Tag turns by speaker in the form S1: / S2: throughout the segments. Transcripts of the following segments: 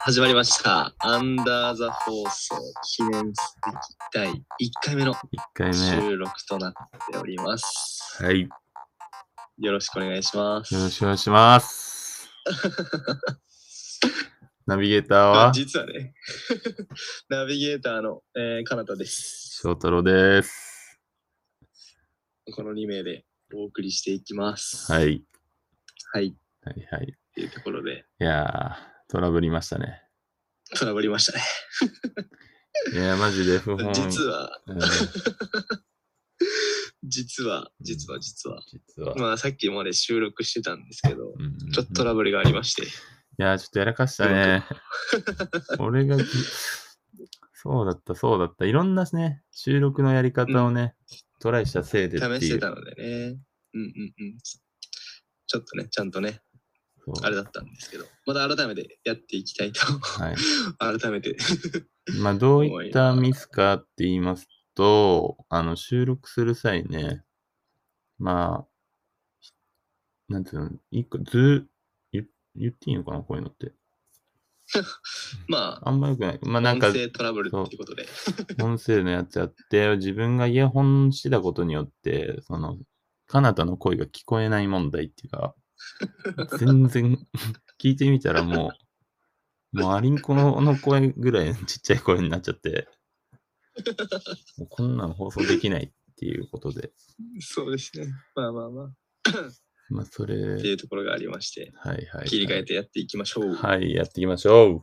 S1: 始まりました。アンダーザ放送記念すべき第1回目の
S2: 一回目。
S1: 収録となっております。
S2: はい。よ
S1: よろしくお願いします。
S2: ろしくお願い します。ナビゲーターは
S1: 実はね、 ナビゲーターの、えー、かなたです。
S2: 翔太郎です。
S1: この2名でお送りしていきます。。
S2: はいい。
S1: はい。
S2: はいはい。
S1: というところで、
S2: いやー、トラブりましたね。
S1: トラブりましたね。
S2: いやー、マジで不本意。
S1: 実は、
S2: うん
S1: 実は、実は、実は。
S2: 実は。
S1: まあ、さっきまで収録してたんですけど、
S2: うん
S1: ちょっとトラブルがありまして。
S2: いやー、ちょっとやらかしたね。俺がぎ、そうだった、そうだった。いろんなね、収録のやり方をね、トライしたせいでっていう。
S1: 試してたのでね。うんうんうん。ちょっとね、ちゃんとね、
S2: そう
S1: あれだったんですけど、また改めてやっていきたいと、
S2: はい。
S1: 改め て。
S2: まあ、どう
S1: すご
S2: い
S1: い
S2: った
S1: な
S2: ミスかって言いますと、あの、収録する際ね、まあ、なんていうの、一個、ず、言言っていいのかな、こういうのって。
S1: まあ、
S2: あんまよくない。まあ、なんか
S1: 音、声トラブルっていうことで。
S2: 音声のやつやって、自分がイヤホンしてたことによって、その、彼方の声が聞こえない問題っていうか、全然、 聞いてみたらもう、もうアリンコのの声ぐらいのちっちゃい声になっちゃって、もうこんなの放送できないっていうことで、
S1: そうですね。まあまあまあ。
S2: まあそれ、は
S1: っ
S2: い
S1: ていうところがありまして、
S2: はい、はい。
S1: 切り替えてやっていきましょう。
S2: はい、やっていきましょ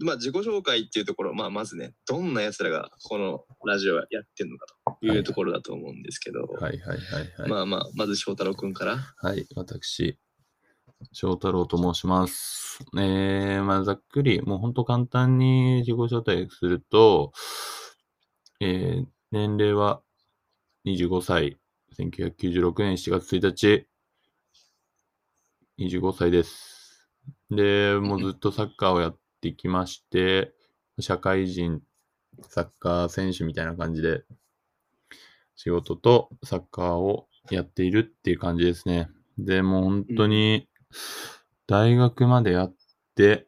S1: まあ、自己紹介っていうところ、まあ、まずね、どんな奴らがこのラジオやってんのかというところだと思うんですけど、
S2: う。はいはいはいはい。
S1: まあまあ、まず翔太郎くんから。
S2: はい、私、翔太郎と申します。えー、まあ、ざっくり、もうほんと簡単に自己紹介すると、えー、年齢は25歳、1996年7月1日、25歳です。で、もうずっとサッカーをやってきまして、社会人、サッカー選手みたいな感じで、仕事とサッカーをやっているっていう感じですね。で、もう本当に、大学までやって、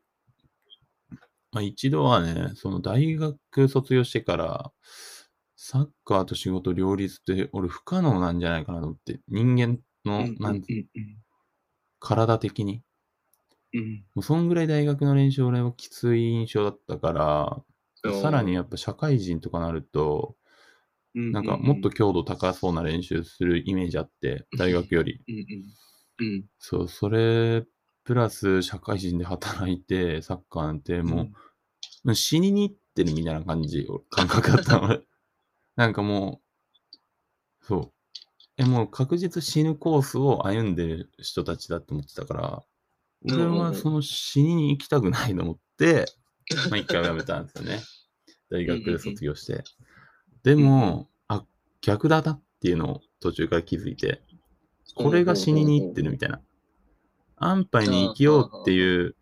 S2: まあ、一度はね、その大学卒業してから、サッカーと仕事両立って、俺不可能なんじゃないかなと思って、人間
S1: うん
S2: の、
S1: うん
S2: なん
S1: うん
S2: 体的に。
S1: うん
S2: もうそんぐらい大学の練習俺はきつい印象だったか
S1: う
S2: ら、
S1: ん
S2: さらにやっぱ社会人とかなると、
S1: うう
S2: なんかもっと強度高そうな練習するイメージあって、大学より。
S1: うんうんうん
S2: そう、それ、プラス社会人で働いて、サッカーなんてもう、もう死にに行ってるみたいな感じ、俺感覚だった の。俺なんかもう、そう。え、もう確実死ぬコースを歩んでる人たちだと思ってたから、
S1: うんうん
S2: 俺
S1: うん
S2: はその死にに行きたくないと思って、まあ一回はやめたんですよ ね。大学で卒業して。でも、あ、逆だなっていうのを途中から気づいて、これが死にに行ってるみたいな。安牌に生きようっていう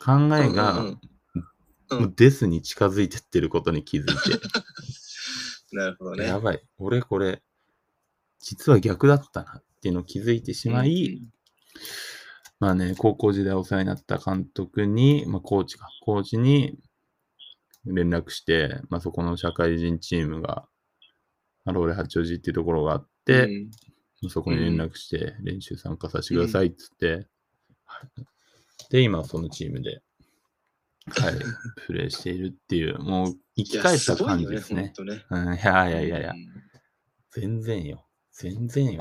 S2: 考えが、
S1: うんうんうん
S2: もうデスに近づいてってることに気づいて、
S1: なるほどね。
S2: やばい、俺これ、実は逆だったなっていうのを気づいてしまい、まあね、高校時代お世話になった監督に、まあコーチか、コーチに連絡して、まあそこの社会人チームが、まあローレ八王子っていうところがあっ
S1: うん、
S2: て、
S1: うん
S2: そこに連絡して、練習参加させてくださいっつって、で、今はそのチームで、はい、プレーしているっていう、もう生
S1: い
S2: き
S1: や
S2: 返った感じです
S1: すごいよ
S2: ね
S1: ね。。ほんとね
S2: うん、いやいやいやいや
S1: うん、
S2: 全然よ。全然よ。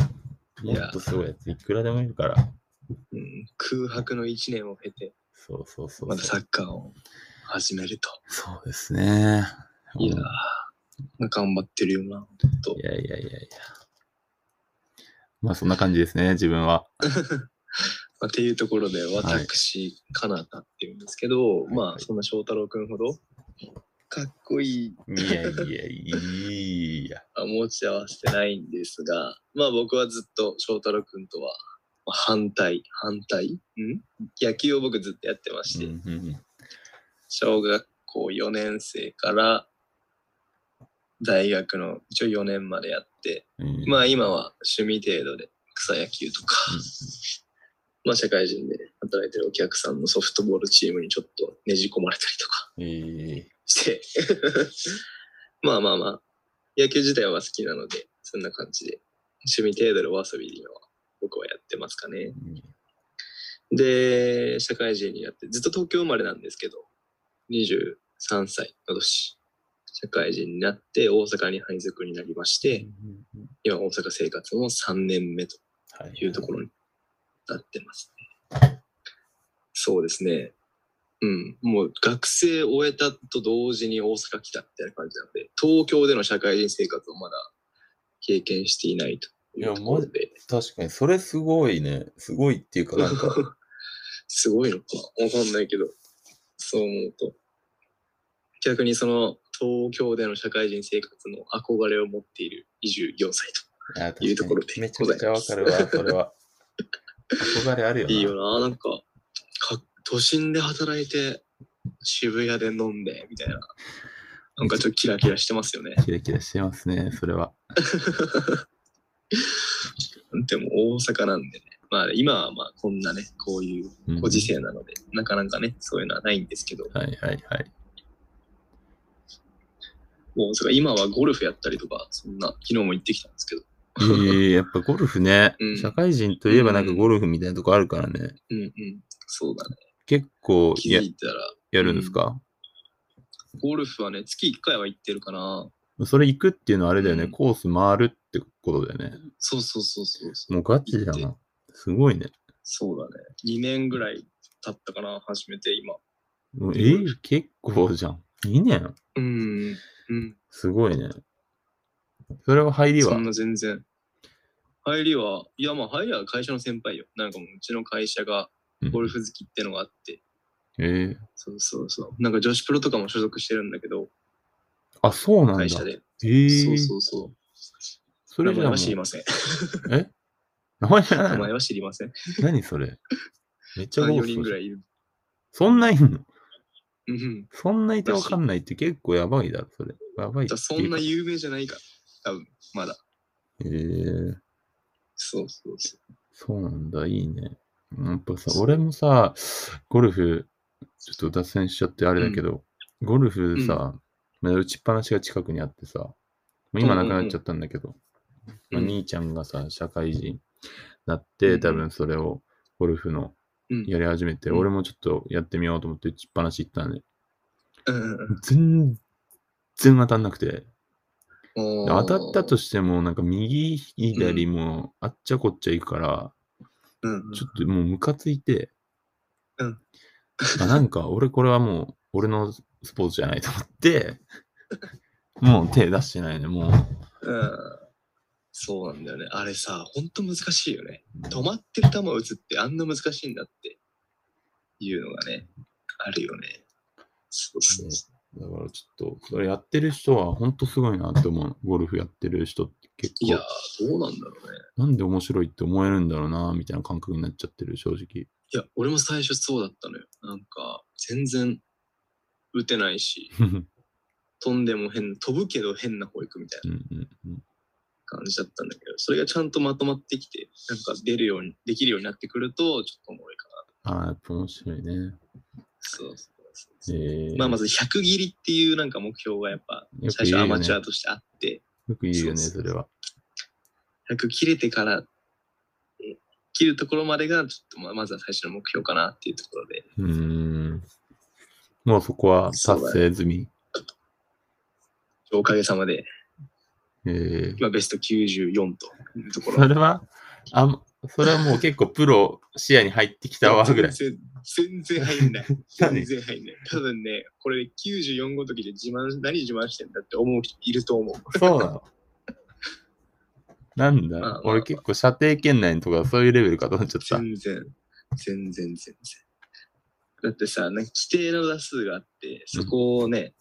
S1: い
S2: も
S1: や
S2: っとすごいやつ、いくらでもいるから。
S1: うん空白の1年を経て、
S2: そうそうそうそう。
S1: またサッカーを始めると。
S2: そうですね。
S1: いや
S2: うん
S1: ー、頑張ってるよな。
S2: いやいやいやいや。まあそんな感じですね、自分は。
S1: まあ、っていうところで、私、かなたっていうんですけど、
S2: はい
S1: まあ、そんな翔太郎くんほど、かっこいい
S2: いやいやいや。
S1: あ持ち合わせてないんですが、まあ僕はずっと翔太郎くんとはまあ反対、反対ん野球を僕ずっとやってまして、
S2: うんうん
S1: 小学校4年生から大学の一応4年までやって、
S2: うん
S1: まあ今は趣味程度で草野球とか、 まあ、社会人で働いてるお客さんのソフトボールチームにちょっとねじ込まれたりとか
S2: えー
S1: して、 まあまあまあ、野球自体は好きなので、そんな感じで、趣味程度のお遊びで今は僕はやってますかね。
S2: うん
S1: で、社会人になって、ずっと東京生まれなんですけど、23歳の年、社会人になって大阪に配属になりまして、今大阪生活も3年目と
S2: はい
S1: いうところになってますね。そうですね。うん。もう学生終えたと同時に大阪来たみたいな感じなので、東京での社会人生活をまだ経験していないというところで、
S2: 確かに、それすごいね。すごいっていうか、なんか、
S1: すごいのかわかんないけど、そう思うと。逆にその東京での社会人生活の憧れを持っている24歳
S2: あ
S1: いうところで
S2: 確かにめちゃくちゃわかるわ、それ は。憧れあるよ
S1: と。
S2: な。
S1: いいよな、なんか、か都心で働いて、渋谷で飲んで、みたいな。なんかちょっとキラキラしてますよね。
S2: キラキラしてますね、それは。
S1: でも大阪なんでね。まあ今はまあこんなね、こういう
S2: うん
S1: ご時世なので、なかなかね、そういうのはないんですけど、
S2: はいはいはい。
S1: 大阪、今はゴルフやったりとか、そんな、昨日も行ってきたんですけど、
S2: えー、やっぱゴルフね、
S1: うん
S2: 社会人といえばなんかゴルフみたいなとこあるからね。
S1: うんうん、そうだね。
S2: 結構
S1: 気
S2: や
S1: づいたら、
S2: やるんですか、
S1: ゴルフはね、月1回は行ってるかな。
S2: それ行くっていうのはあれだよね、
S1: うん
S2: コース回るってことだよね。
S1: そうそうそうそうそう。
S2: もうガチじゃ
S1: 行
S2: ん。すごいね。
S1: そうだね。2年ぐらい経ったかな、初めて今。
S2: もうえー、結構じゃん。2年
S1: うん。うん。
S2: すごいね。それは入り
S1: そ
S2: は
S1: ん。な全然。入りは、いやまあ入りは会社の先輩よ。なんかもううちの会社がゴル
S2: フ。
S1: フ好きってのがあって、
S2: えー、
S1: そうそうそう。なんか女子プロとかも所属してるんだけど、
S2: あ、そうなんだ。
S1: 会社で。
S2: えー、
S1: そうそうそう。
S2: それ
S1: 名
S2: じ
S1: 前
S2: ゃもう
S1: は知り ません。
S2: え名前じゃな
S1: 名
S2: いの
S1: 前は知りません。
S2: 何それめっちゃゴル
S1: 4
S2: フ
S1: 人ぐらいいる。
S2: そんないんの
S1: うん。
S2: そんないてわかんないって結構やばいだろ、それ。やばいっ
S1: じ
S2: て
S1: ゃ
S2: いう
S1: あそん
S2: か。
S1: な有名じゃないから、多分まだ。
S2: えー、
S1: そうそうそう。
S2: そうなんだ、いいね。やっぱさ、俺もさ、ゴルフ、ちょっと脱線しちゃってあれだけど、ゴルフでさ、まあ打ちっぱなしが近くにあってさ、まあ今なくなっちゃったんだけど、
S1: うんうんうん
S2: まあ、兄ちゃんがさ、社会人になっ
S1: うんう
S2: て、
S1: ん
S2: 多分それをゴルフの
S1: うん
S2: やり始めて、
S1: うん
S2: 俺もちょっとやってみようと思って打ちっぱなし行ったんで、
S1: うんうんうん
S2: 全然当たんなくて、当
S1: 当
S2: たったとしても、なんか右、左もあっちゃこっちゃ行くから、
S1: うんうん
S2: ちょっともうムカついて、
S1: うん
S2: あなんか俺これはもう俺のスポーツじゃないと思って、もう手出してないね、もう。
S1: うんそうなんだよね。あれさ、ほんと難しいよね。止まってる球を打つってあんな難しいんだっていうのがね、あるよね。そうそうそ
S2: だからちょっと、それやってる人は本当すごいなって思う。ゴルフやってる人って結
S1: う。いや
S2: 構、
S1: ー、どうなんだろうね。
S2: なんで面白いって思えるんだろうな、みたいな感覚になっちゃってる、正直。
S1: いや、俺も最初そうだったのよ。なんか、全然打てないし、
S2: うん
S1: 飛んでも変、飛ぶけど変な方行くみたいな
S2: うんうん
S1: 感じだったんだけど、それがちゃんとまとまってきて、なんか出るように、できるようになってくると、ちょっとおもろいかな。
S2: ああ、やっぱ面白いね。
S1: そうそうそう
S2: え
S1: そう。
S2: ー、
S1: まあ、まず100切りっていうなんか目標がやっぱ
S2: よく
S1: 最
S2: 言
S1: 初
S2: うよね
S1: アマチュアとしてあって、
S2: よく言うよね、
S1: そうそう
S2: それは。
S1: 100切れてから、え切るところまでがちょっとまあまずは最初の目標かなっていうところで、
S2: うーん。もうそこは達成済み。
S1: おかげさまで、
S2: えー、
S1: 今ベスト94というところ。
S2: それは、あんそれはもう結構プロ視野に入ってきたわぐらい。
S1: 全然全然入んない。
S2: 何
S1: 全然入んない。多分ね、これ94ごときで自慢、何自慢してんだって思う人いると思う。
S2: そうなの。なんだ、
S1: まあまあ
S2: 俺結構射程圏内とかそういうレベルかと思っちゃった。
S1: 全然、全然、全然。だってさ、なんか規定の打数があって、そこをね、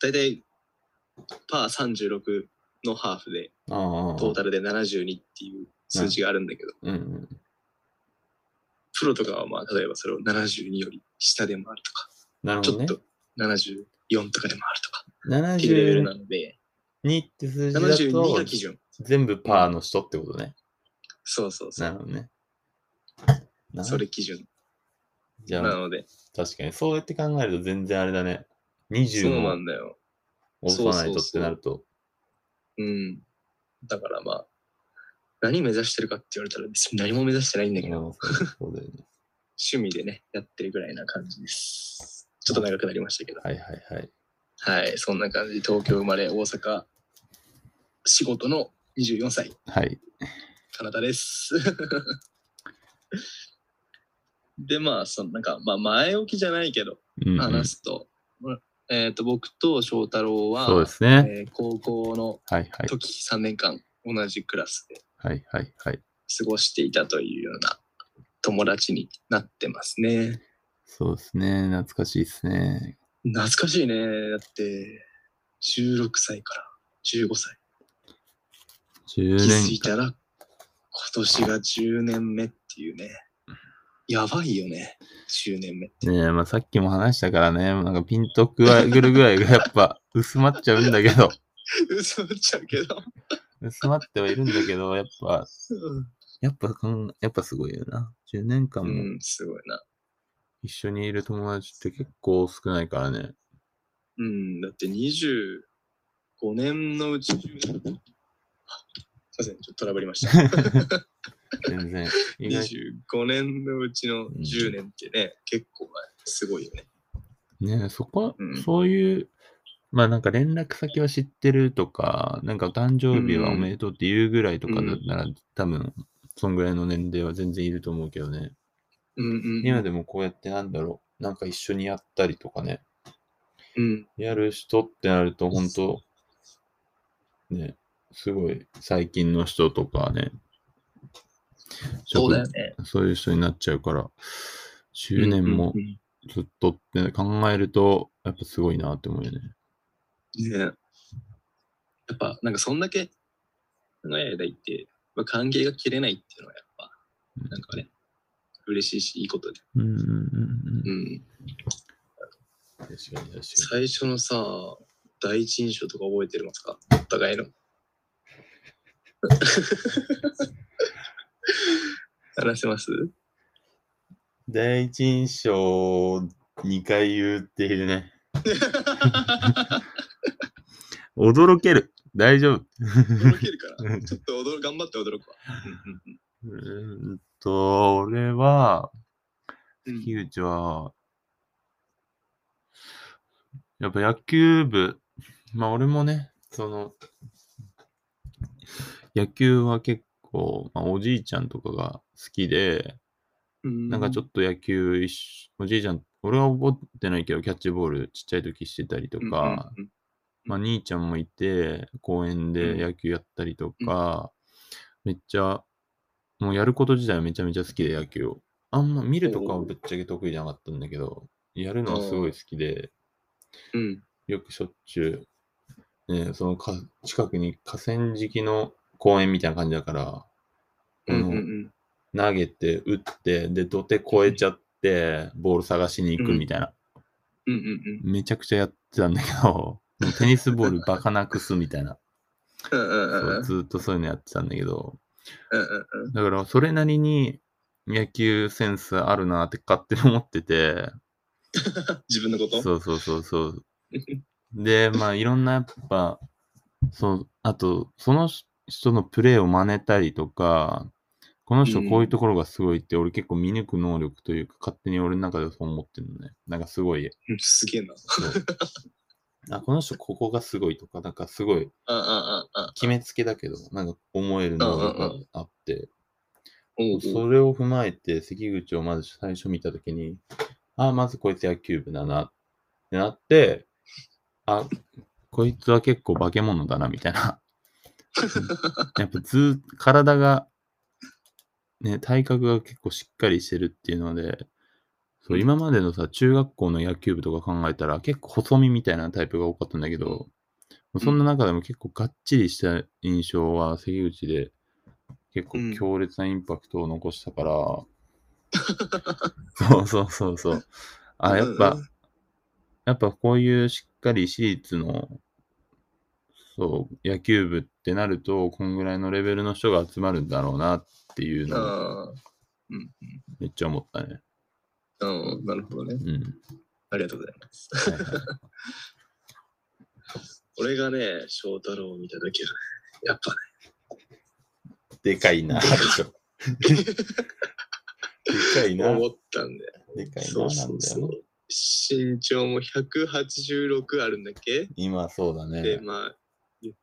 S1: だいたいパー36のハーフで、
S2: ああ。
S1: トータルで72っていう数字があるんだけど、
S2: うんうん。
S1: プロとかはまあ、例えばそれを72より下でもあるとか、
S2: なる
S1: ち
S2: ほ
S1: ょ
S2: ど
S1: っ
S2: ね。
S1: と74とかでもあるとかっていうレベル
S2: 72
S1: なので、
S2: って数字だ
S1: 72
S2: と
S1: が基準。
S2: 全部パーの人ってことね。
S1: そうそうそ
S2: なる
S1: う。
S2: ほどね。な
S1: それ基準。
S2: じゃ
S1: な
S2: あ、
S1: ので、
S2: 確かに、そうやって考えると全然あれだね。20
S1: そうな
S2: も
S1: んだよ。
S2: 落とさない
S1: そ
S2: と
S1: う
S2: っ
S1: そ
S2: て
S1: うそう
S2: なると。
S1: うん。だからまあ、何目指してるかって言われたら別に何も目指してないんだけど、
S2: うんそうだよね。
S1: 趣味でね、やってるぐらいな感じです。ちょっと長くなりましたけど。
S2: はいはいはい。
S1: はい、そんな感じ。東京生まれ、大阪仕事の24歳、
S2: はい。
S1: カナダです。 で、まあ、そのなんか、まあ、前置きじゃないけど、
S2: うんうん
S1: 話すと、えっ、と、僕と翔太郎は、
S2: そうですね。
S1: えー高校の
S2: はいはい。
S1: 時3年間同じクラスで
S2: はいはいはい。
S1: 過ごしていたというような友達になってますね。
S2: そうですね。懐かしいですね。
S1: 懐かしいね。だって、16歳から15歳。
S2: 10
S1: 気づ
S2: 年
S1: いたら、今年が10年目っていうね。やばいよね。10年目。
S2: ねえ、まあ、さっきも話したからね、なんかピンとくわぐるぐらいがやっぱ 薄まっちゃうんだけど、
S1: 嘘っちゃうけど。
S2: 薄まってはいるんだけど、やっぱ、やっぱこん、やっぱすごいよな。10年間
S1: う
S2: も
S1: ん、すごいな。
S2: 一緒にいる友達って結構少ないからね。
S1: うん、だって25年のうち10年。あすいません、ちょっとトラブりました。
S2: 全 然。 意外
S1: 25年のうちの10年ってね、結構すごいよね。
S2: ねえ、そこ、
S1: うん
S2: そういう、まあなんか連絡先は知ってるとか、なんかお誕生日はおめでとうって言うぐらいとかだったら、多分、そんぐらいの年齢は全然いると思うけどね。
S1: うんうん。
S2: 今でもこうやってなんだろう、なんか一緒にやったりとかね、
S1: うん、
S2: やる人ってなると、本当ね、すごい最近の人とかね、
S1: そうだよね。
S2: そういう人になっちゃうから、10年も
S1: うんうん
S2: ずっとって考えると、やっぱすごいなって思うよ
S1: う
S2: ね。
S1: んねえやっぱ、なんかそんだけ長い間いて、まあ、関係が切れないっていうのはやっぱ、なんかね、嬉しいし、いいことで。
S2: うんうんうん
S1: う
S2: うん。
S1: ん。
S2: 確かに確かに。
S1: 最初のさ、第一印象とか覚えてますかお互い の。話せます
S2: 第一印象を2回言うっていうね。 驚ける。大丈夫。
S1: 驚けるから。ちょっと驚頑張って驚くわ。
S2: うーんと、俺は、
S1: うん
S2: 木内は、やっぱ野球部、まあ俺もね、その、野球は結構、まあ、おじいちゃんとかが好きで、なんかちょ
S1: っ
S2: っと野球一緒、おじいちゃん、俺は覚えてないけど、キャッチボールちっちゃい時してたりと
S1: と
S2: か、、まあ、兄ちゃんもいて、公園で野球やったりとか、めっちゃ、もうやること自体はめちゃめちゃ好きで野球を。あんま見るとかはぶっちゃけ得意じゃなかったんだけど、やるのはすごい好きで、
S1: うん
S2: よくしょっちゅう、ね、そのか近くに河川敷の公園みたいな感じだから、
S1: うんうんう
S2: あの
S1: ん
S2: 投げて、打って、で、土手越えちゃって、ボール探しに行くみたいな。
S1: うんうん
S2: めちゃくちゃやってたんだけ ど、もうテニスボールバカなくすみたいな。
S1: うんうんうん
S2: そううんずーっとそういうのやってたんだけど、
S1: うん
S2: だからそれなりに野球センスあるなって勝手に思ってて、
S1: 自分のこと
S2: そうそうそうそう。で、まあいろんなやっぱ、そう、あと、その人のプレーを真似たりとか、この人こういうところがすごいって、俺結構見抜く能力というか、勝手に俺の中ではそう思ってるのね。なんかすごい、
S1: うんすげえな。
S2: あ、この人ここがすごいとか、なんかすごい、
S1: あああああ。
S2: 決めつけだけど、なんか思える能力があって、
S1: おうおう
S2: それを踏まえて、関口をまず最初見たときに、あまずこいつ野球部だなってなって、あこいつは結構化け物だなみたいな。 やっぱずー体が、ね、体格が結構しっかりしてるっていうので、そう今までのさ、中学校の野球部とか考えたら、結構細身みたいなタイプが多かったんだけど、そんな中でも結構がっちりした印象は関口で、結構
S1: うん
S2: 強烈なインパクトを残したから、 そうそうそうそう。あ、やっぱ、やっぱこういうしっかり私立の、そう、野球部ってなると、こんぐらいのレベルの人が集まるんだろうなっていうのを
S1: あ
S2: めっちゃ思ったね。
S1: あ、うん、なるほどね。
S2: うん。
S1: ありがとうございます。
S2: はいはい
S1: 俺がね、翔太郎を見ただけはね、やっぱね、
S2: でかいな、でしょ。でかいな、
S1: 思ったんで。
S2: でかいな、
S1: そう
S2: な
S1: そ
S2: ん
S1: う
S2: だ
S1: そ
S2: よ
S1: う
S2: な。。
S1: 身長も186あるんだっけ
S2: 今そうだ
S1: で、
S2: ね。
S1: まあ、言っ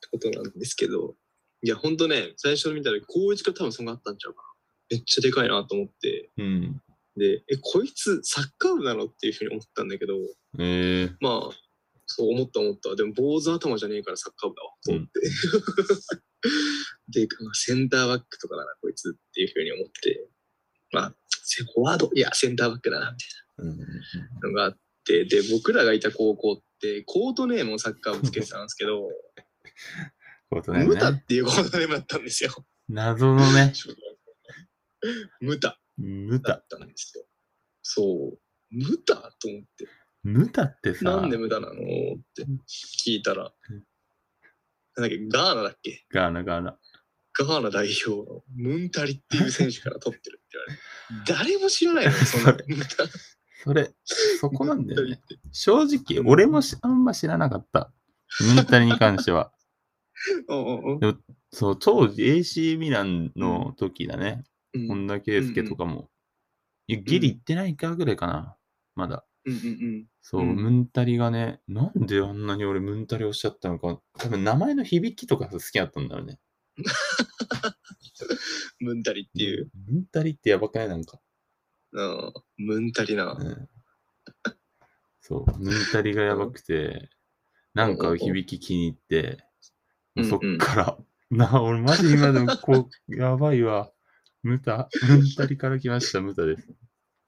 S1: たことなんですけど、いや、ほんとね、最初見たら、高一から多分そんなあったんちゃうかな。めっちゃでかいなと思って、
S2: うん。
S1: で、え、こいつサッカー部なのっていうふうに思ったんだけど、
S2: えー、
S1: まあ、そう思った思った。でも、坊主頭じゃねえからサッカー部だわ、と思って。 で、まあ、センターバックとかだな、こいつっていうふうに思って、まあ、セフォワードいや、センターバックだな、みた
S2: うん。
S1: いなのがあって、で、僕らがいた高校って、コートネームをサッカー部つけてたんですけど、
S2: ことだ
S1: ムタ
S2: よ
S1: っ
S2: ね。
S1: ていうコートネームだったんですよ。
S2: 謎のね、
S1: ムタ
S2: ム
S1: だ
S2: タ
S1: っ。たんですよ。そう。ムタと思って。
S2: ムタってさ、
S1: なんで無駄なのって聞いたら、なんだっけ、ガーナだっけ
S2: ガーナガーナ。
S1: ガーナ代表のムンタリっていう選手から取ってるって言われて、誰も知ら ないのよ、そんなの。 ムンタリ
S2: それ、そこな んだよね
S1: っ。て。
S2: 正直、俺もしあんま知らなかった。ムンタリに関しては。
S1: うんうん
S2: そう、当時 AC ミランの時だね。
S1: うんうん
S2: 本田圭佑とかも。いやギリ行ってないかぐらいかな。まだ。
S1: うんうん
S2: そう、
S1: うん
S2: ムンタリがね、なんであんなに俺ムンタリおっしゃったのか、多分名前の響きとか好きだったんだろうね。
S1: ムンタリっていう。。
S2: ムンタリってやばくないなんか。
S1: うんムンタリな。
S2: うん、そう、ムンタリがやばくて、なんか響き気に入って、
S1: うん
S2: そっから、な、俺マジ今でもこ う、やばいわ。ムタ、ムンタリから来ました、ムタです。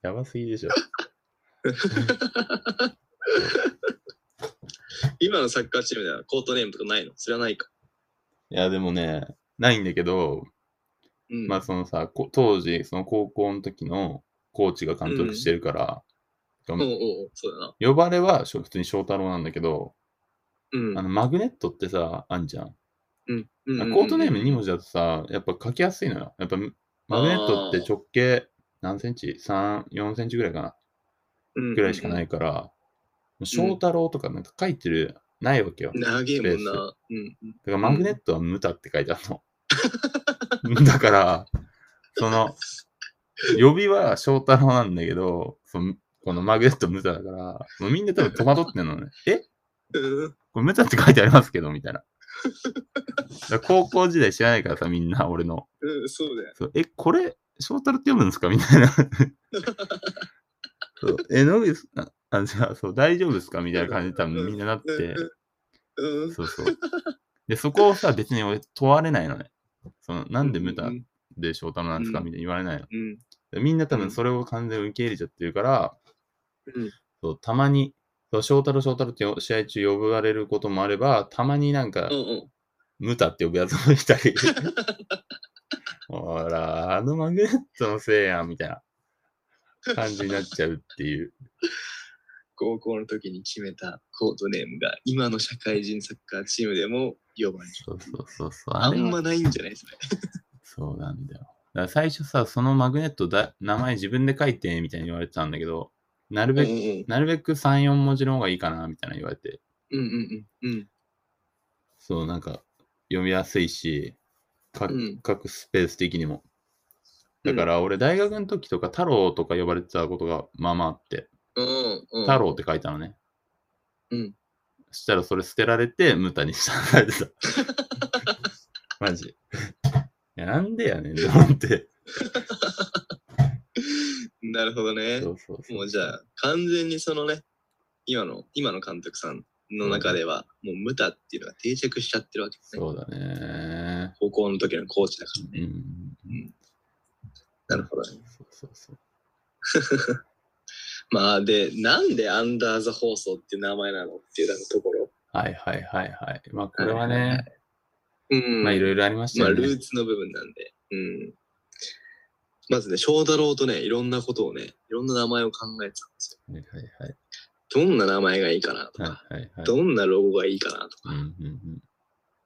S2: やばすぎでしょ。
S1: 今のサッカーチームではコートネームとかないの知らないか。
S2: いや、でもね、ないんだけど、
S1: うん
S2: まあそのさ、こ当時、その高校の時のコーチが監督してるから、
S1: おうおうそうだな。
S2: 呼ばれはしょ普通に翔太郎なんだけど、
S1: うん
S2: あのマグネットってさ、あんじゃん。
S1: うんうんうん。
S2: コートネーム2文字だとさ、やっぱ書きやすいのよ。やっぱマグネットって直径何センチ ?3、4センチぐらいかなぐらいしかないいから、翔太郎とかなんか書いてる、ないわけよ。だか
S1: 長いもんな。うんうん
S2: らマグネットは無駄って書いてある の。だから、その、呼びは翔太郎なんだけど、そのこのマグネット無駄だから、もうみんな多分戸惑ってんのね。 え
S1: うん
S2: これ無駄って書いてありますけど、みたいな。だから高校時代知らないからさ、みんな俺の。
S1: うん、そうだよ。
S2: そうえ、これ、翔太郎って読むんですかみた いな。そうえ、野口さん、あ、じゃあ、そう、大丈夫ですかみたいな感じで多分みんななって、
S1: うんうん。
S2: そうそう。で、そこをさ、別に俺問われないのね。その、なんで無駄
S1: うん
S2: で翔太郎なんですか
S1: うん
S2: みたいな言われないの。
S1: うん。
S2: でみんな多
S1: うん
S2: 分それを完全に受け入れちゃってるから、
S1: うん
S2: そうたまに、そう翔太郎翔太郎ってよ試合中呼ばれることもあれば、たまになんか
S1: う、んうん。
S2: ムタって呼ぶやつもいたり。ほら、あのマグネットのせいやん、みたいな感じになっちゃうっていう。
S1: 高校の時に決めたコートネームが今の社会人サッカーチームでも4番に。
S2: そうそうそうそう。
S1: あ
S2: あれ
S1: ん
S2: は
S1: まないんじゃないですか。
S2: そうなんだよ。だから最初さ、そのマグネットだ、名前自分で書いて、みたいに言われてたんだけど、なる
S1: うんう
S2: べ
S1: ん
S2: く、なるべく3、4文字の方がいいかな、みたいな言われて。
S1: うんうんうん。
S2: そう、なんか、読みやすいし、書く
S1: うん
S2: 書くスペース的にも。
S1: う
S2: だ
S1: ん
S2: から、俺、大学の時とか、太郎とか呼ばれてたことが、まあまああって。
S1: うんうん。
S2: 太郎って書いたのね。
S1: うん。
S2: そしたらそれ捨てられて、ムタにしたられ てた。マジ。いや、なんでやねんと思って。
S1: なるほどね。
S2: そうそうそう。
S1: もうじゃあ、完全にそのね、今の、今の監督さんの中では、もう無駄っていうのが定着しちゃってるわけですね。
S2: そうだね。
S1: 高校の時のコーチだか
S2: うん。
S1: ら。なるほどね。
S2: そうそうそう。
S1: まあ、で、なんでアンダーザ放送っていう名前なのっていうところ。
S2: はいはいはいはい。まあ、これは
S1: はいはいは
S2: ね、
S1: うん
S2: まあ、いろいろありました
S1: まあ、
S2: よ
S1: ル
S2: ね
S1: ー。ツの部分なんで。うん。まずね、翔太郎とね、いろんなことをね、いろんな名前を考えてたんですよ。
S2: はいはいはい。
S1: どんな名前がいいかなとか、
S2: はいはいはい。
S1: どんなロゴがいいかなと
S2: う
S1: か、
S2: んうんうん、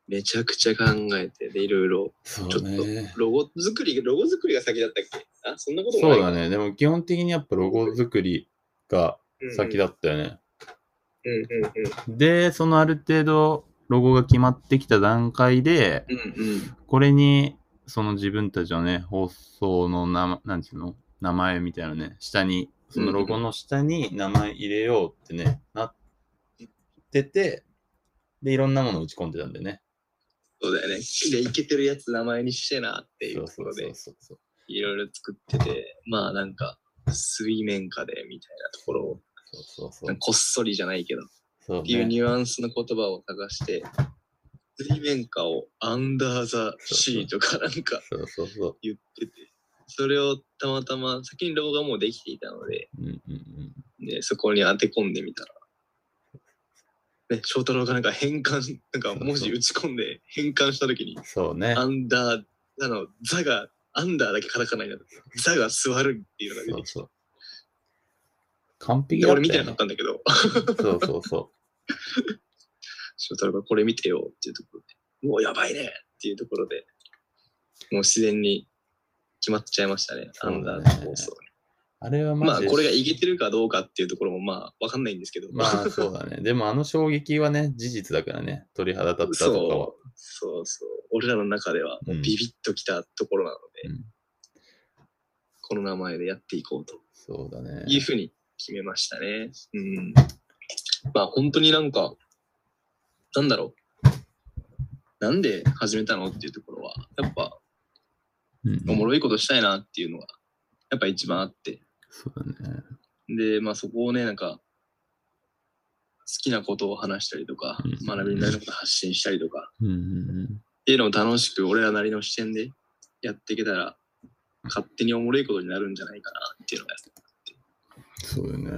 S1: めちゃくちゃ考えて、で、いろいろ、
S2: そ
S1: ちょ
S2: う
S1: っと
S2: ね。
S1: ロゴ作り、ロゴ作りが先だったっけあ、そんなこともな
S2: そ
S1: いう
S2: だね。でも基本的にやっぱロゴ作りが先だったよね。
S1: うんうんうん
S2: で、そのある程度ロゴが決まってきた段階で、
S1: うんうんうん。
S2: これにその自分たちのね、放送の名、なんていうの名前みたいなのね、下に、そのロゴの下に名前入れようってね、なってて、で、いろんなものを打ち込んでたんだよね。
S1: そうだよね。で、いけてるやつ名前にしてなっていうところで、
S2: そうそう
S1: いろいろ作ってて、まあなんか、水面下でみたいなところを、
S2: そうそうそ
S1: なんか
S2: う
S1: こっそりじゃないけど、
S2: そう
S1: っていう
S2: ね
S1: ニュアンスの言葉を探して、水面下をアンダーザシーとかなんか
S2: そうそうそう
S1: 言ってて、それをたまたま先にロゴがもうできていたので、
S2: うんうんうん
S1: でそこに当て込んでみたら、ね、翔太郎がなんか変換、なんか文字打ち込んで変換したときに、
S2: そうね
S1: アンダー、あの、ザが、アンダーだけカタカナになって、ザが座るっていうのが出
S2: そ
S1: て
S2: う
S1: き
S2: そう完
S1: て、で
S2: 璧だっ
S1: 俺
S2: た
S1: 見てな
S2: よ
S1: か
S2: ね
S1: ったんだけど、
S2: そうそうそ
S1: 翔太郎がこれ見てよっていうところで、もうやばいねっていうところで、もう自然に決まっちゃいましたね、ア
S2: そうだ
S1: ン
S2: ね
S1: ダーの放送。
S2: うあれは
S1: ま
S2: マ
S1: あ、
S2: ジで
S1: これがいけてるかどうかっていうところも、まあ、わかんないんですけど、
S2: まあそうだね でもあの衝撃はね事実だからね鳥肌立ったとかは
S1: そうそうそう、俺らの中ではもうビビッときたところなので、
S2: うん
S1: この名前でやっていこうと
S2: そうだね
S1: いうふうに決めましたね。うん。まあ本当になんか、なんだろう。なんで始めたのっていうところは、やっぱ
S2: うん
S1: おもろいことしたいなっていうのが、やっぱ一番あって。
S2: そうだね
S1: で、まあそこをね、なんか、好きなことを話したりとか
S2: う、ん
S1: 学びになることを発信したりとか、
S2: うんうん
S1: っていうのを楽しく俺らなりの視点でやっていけたら、勝手におもろいことになるんじゃないかなっていうのが、
S2: そう よね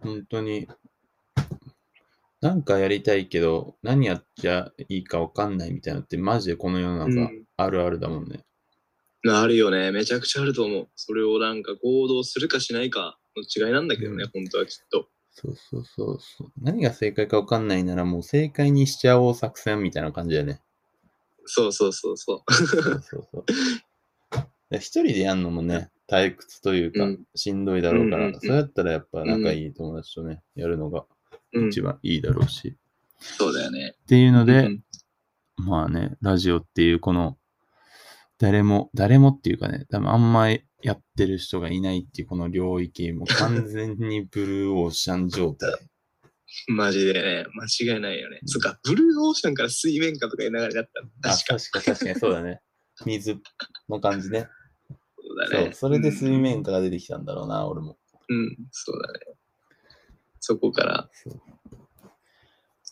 S2: 本当になんかやりたいけど何やっちゃいいかわかんないみたいなのってマジでこの世の中あるあるだもんね、
S1: あるよね。めちゃくちゃあると思う。それをなんか行動するかしないかの違いなんだけどね、
S2: うん
S1: 本当はきっと。
S2: そうそうそうそう。何が正解か分かんないならもう正解にしちゃおう作戦みたいな感じだよね。
S1: そうそうそうそ
S2: そうそうそう。で一人でやるのもね、退屈というか、
S1: うん
S2: しんどいだろうか
S1: う
S2: ら、
S1: んうんうん
S2: そうやったらやっぱ仲いい友達とね、やるのが
S1: う。うん
S2: 一、番いいだろうし。
S1: そうだよね。
S2: っていうので、
S1: うん
S2: まあね、ラジオっていうこの、誰も、誰もっていうかね、多分あんまりやってる人がいないっていうこの領域、 もう完全にブルーオーシャン状態。
S1: マジでね、間違いないよね。そっか、ブルーオーシャンから水面下とかいう流れだったの
S2: あ
S1: 確か
S2: 確か確かにそうだね。水の感じね。
S1: そうだ
S2: そう
S1: ね。、
S2: それで
S1: 水
S2: 水面下が出てきたんだろうな、俺も。
S1: うん、うん、そうだね。そこから
S2: そう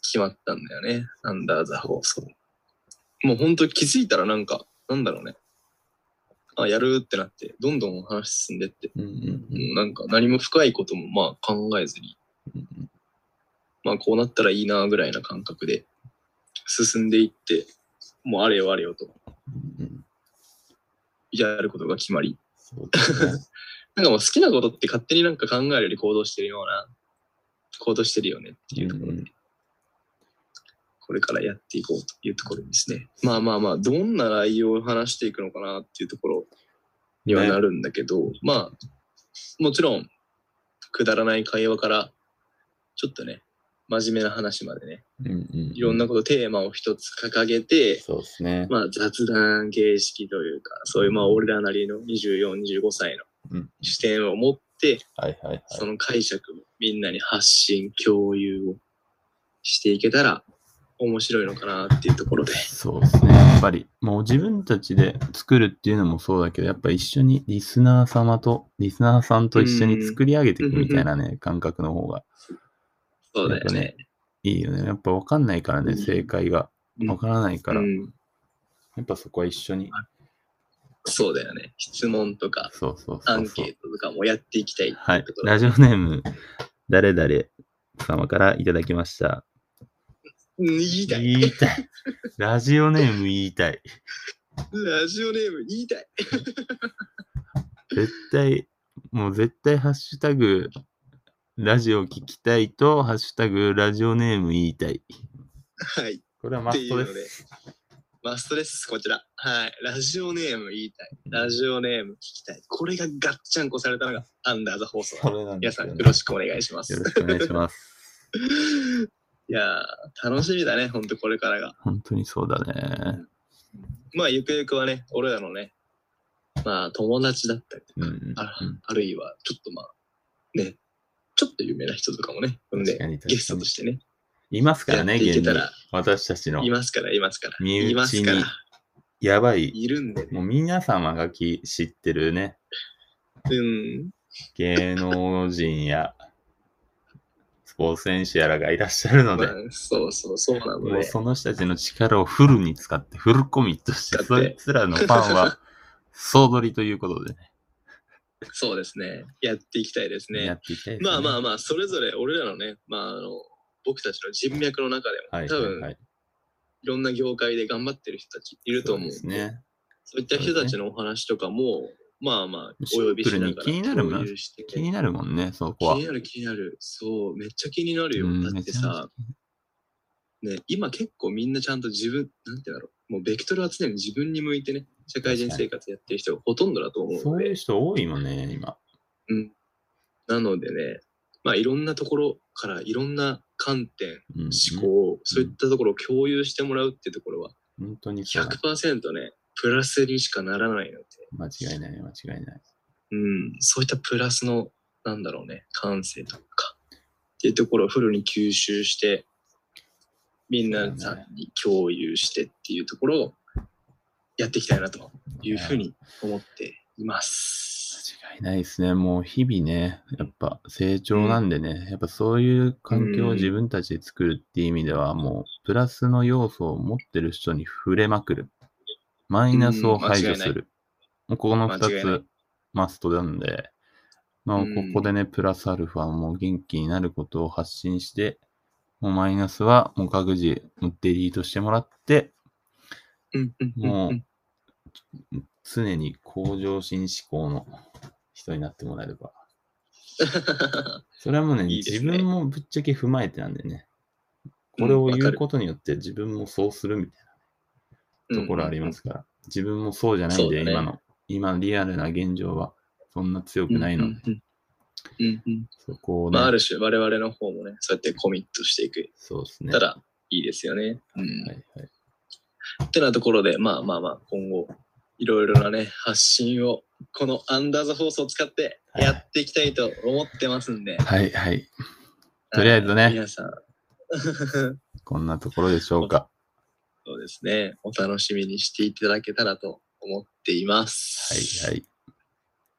S1: 決まったんだよね。アンダーザ放送。もう本当気づいたらなんか、なんだろうね。あ、やるってなって、どんどんお話進んでって、
S2: うんうんうん
S1: もうなんか何も深いこともまあ考えずに、
S2: うんうん
S1: まあこうなったらいいなぐらいな感覚で進んでいって、もうあれよあれよと、
S2: うんうん。
S1: やることが決まり、
S2: そうだね。
S1: なんかもう好きなことって勝手になんか考えるより行動してるような、行動してるよねっていうところ
S2: うんう
S1: で
S2: ん、
S1: これからやっていこうというところですね。まあまあまあ、どんな内容を話していくのかなっていうところにはなるんだけど、まあ、もちろん、くだらない会話から、ちょっとね、真面目な話までね、
S2: うんうん。
S1: いろんなこと、テーマを一つ掲げて、
S2: そうですね。
S1: まあ雑談形式というか、そういうまあ俺らなりの24、25歳の
S2: うん
S1: 視点を持って、
S2: はいはいはい。
S1: その解釈をみんなに発信、共有をしていけたら面白いのかなっていうところで。
S2: そうですね。やっぱり、もう自分たちで作るっていうのもそうだけど、やっぱ一緒にリスナー様と、リスナーさんと一緒に作り上げていくみたいなね、感覚の方が
S1: そうだよね。
S2: いいよね。やっぱ分かんないから
S1: う
S2: ね、
S1: ん
S2: 正解が。
S1: うん
S2: 分からないから、
S1: う
S2: や
S1: ん、
S2: っぱそこは一緒に。
S1: そうだよね。質問とか
S2: そうそう
S1: ア
S2: そう
S1: ン
S2: そ
S1: ケ
S2: う
S1: ー。トとかもやっていきたいって
S2: はい
S1: とこ。ろ
S2: ラジオネーム、誰々様からいただきました。
S1: うん言いたい。
S2: 言いたい。ラジオネーム言いたい。
S1: ラジオネーム言いたい。
S2: 絶対、もう絶対ハッシュタグ、ラジオ聞きたいと、ハッシュタグ、ラジオネーム言いたい。
S1: はい。
S2: これはマ
S1: って
S2: ス
S1: い
S2: ト
S1: う
S2: で。、
S1: のですマストです、こちら。はい。ラジオネーム言いたい。ラジオネーム聞きたい。これがガッチャンコされたのがアンダーザ放送。
S2: これなんで
S1: 皆
S2: す
S1: さ
S2: よ
S1: ん、
S2: ね
S1: よろしくお願いします
S2: よ。ろしくお願いします。
S1: いやー、楽しみだね、ほんとこれからが。
S2: 本当にそうだね。
S1: まあ、ゆくゆくはね、俺らのね、まあ、友達だったりと
S2: う
S1: か、
S2: ん。
S1: ああるいは、ちょっとまあ、ね、ちょっと有名な人とかもね、呼
S2: う
S1: ん
S2: ん、確
S1: で、
S2: かに確かに
S1: ゲストとしてね、
S2: いますからね、
S1: やってい
S2: 現
S1: け
S2: に
S1: たら。
S2: 私たちの
S1: い。ますから、いますから。
S2: 身内に
S1: いますから。
S2: やばい。
S1: いるんでね。
S2: もう皆様がき知ってるね、
S1: うん。
S2: 芸能人や、スポーツ選手やらがいらっしゃるの
S1: ま
S2: で
S1: あ、、そうそう、そうなの
S2: もう
S1: で。
S2: その人たちの力をフルに使って、フルコミットして、
S1: 使っ
S2: そ
S1: て
S2: いつらのファ ンは総取りということでね、
S1: そうですね。やっていきたいですね。
S2: やっていきたいですね。
S1: まあまあまあ、それぞれ俺らのね、まああの、僕たちの人脈の中でも、
S2: はい
S1: 多
S2: はいは
S1: 分
S2: い。
S1: いろんな業界で頑張ってる人たちいると思う
S2: そですね。
S1: そういった人たちのお話とかも、まあまあ、お呼びしながら
S2: シンプルに気になるもん
S1: 共有して
S2: 気になるもんね、そこ
S1: 気
S2: は。
S1: になる気になる。そう、めっちゃ気になるよ。
S2: うん
S1: だってさ、、ね、今結構みんなちゃんと自分、なんていうんだろう。もうベクトルは常に自分に向いてね、社会人生活やってる人がほとんどだと
S2: めちゃめちゃ
S1: 思う
S2: そ
S1: の
S2: うい
S1: で
S2: う、人多いもんね、今。
S1: うん。なのでね、まあいろんなところからいろんな観点、
S2: うん
S1: 思考、そういったところを共有してもらうっていうところは、
S2: 本当にそうだ。
S1: 100%ね、プラスにしかならないので、
S2: 間違いない、間違いない。
S1: うん、そういったプラスの、なんだろうね、感性とか、っていうところをフルに吸収して、みんなさんに共有してっていうところをやっていきたいなというふうに思っています。
S2: 間違いないですね。もう日々ね、やっぱ成長なんでね、やっぱそういう環境
S1: う
S2: を
S1: ん
S2: 自分たちで作るっていう意味では、もうプラスの要素を持ってる人に触れまくる。マイナスを排除する。もうここの
S1: 間違
S2: 2
S1: いない
S2: つマストなんで、まあ、
S1: う
S2: こ
S1: ん
S2: こでね、プラスアルファもう元気になることを発信して、もうマイナスはもう各自持ってリードしてもらって、
S1: うんうんうん
S2: も
S1: うん
S2: う、常に向上心志向の人になってもらえれば。それはもうね、
S1: いいです
S2: 自
S1: ね
S2: 分もぶっちゃけ踏まえてなんでね、これを
S1: わ
S2: 言
S1: か
S2: う
S1: る
S2: ことによって自分もそうするみたいなところありますから、自分もそうじゃない
S1: そ
S2: ん
S1: う
S2: で、
S1: だね
S2: 今の、今リアルな現状はそんな強
S1: う
S2: く
S1: んうん。
S2: ないので、
S1: うんうんうん
S2: そこをね、
S1: まあ、ある種、我々の方もね、そうやってコミットしていく。
S2: そうですね。
S1: たらいいですよね。う
S2: は
S1: ん
S2: いはい、
S1: ってなところで、まあまあまあ、今後、いろいろなね、発信を、このアンダーザ放送を使ってやっていきたいと思ってますんで、
S2: はい、はい。とりあえずね
S1: はい皆さん、そ
S2: こんなところでしょうか。
S1: うですね、お楽しみにしていただけたらと思っています。
S2: はい、はい。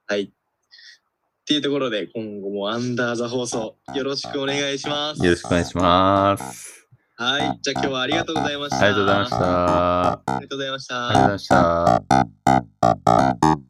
S1: はい。っていうところで、今後もアンダーザ放送、よろしくお願いします。
S2: よろしくお願いします。
S1: はい。じゃあ今日はありがとうございまし
S2: あ
S1: た。
S2: りがとうございました。あ
S1: ありがとうございました。
S2: りがとうございました。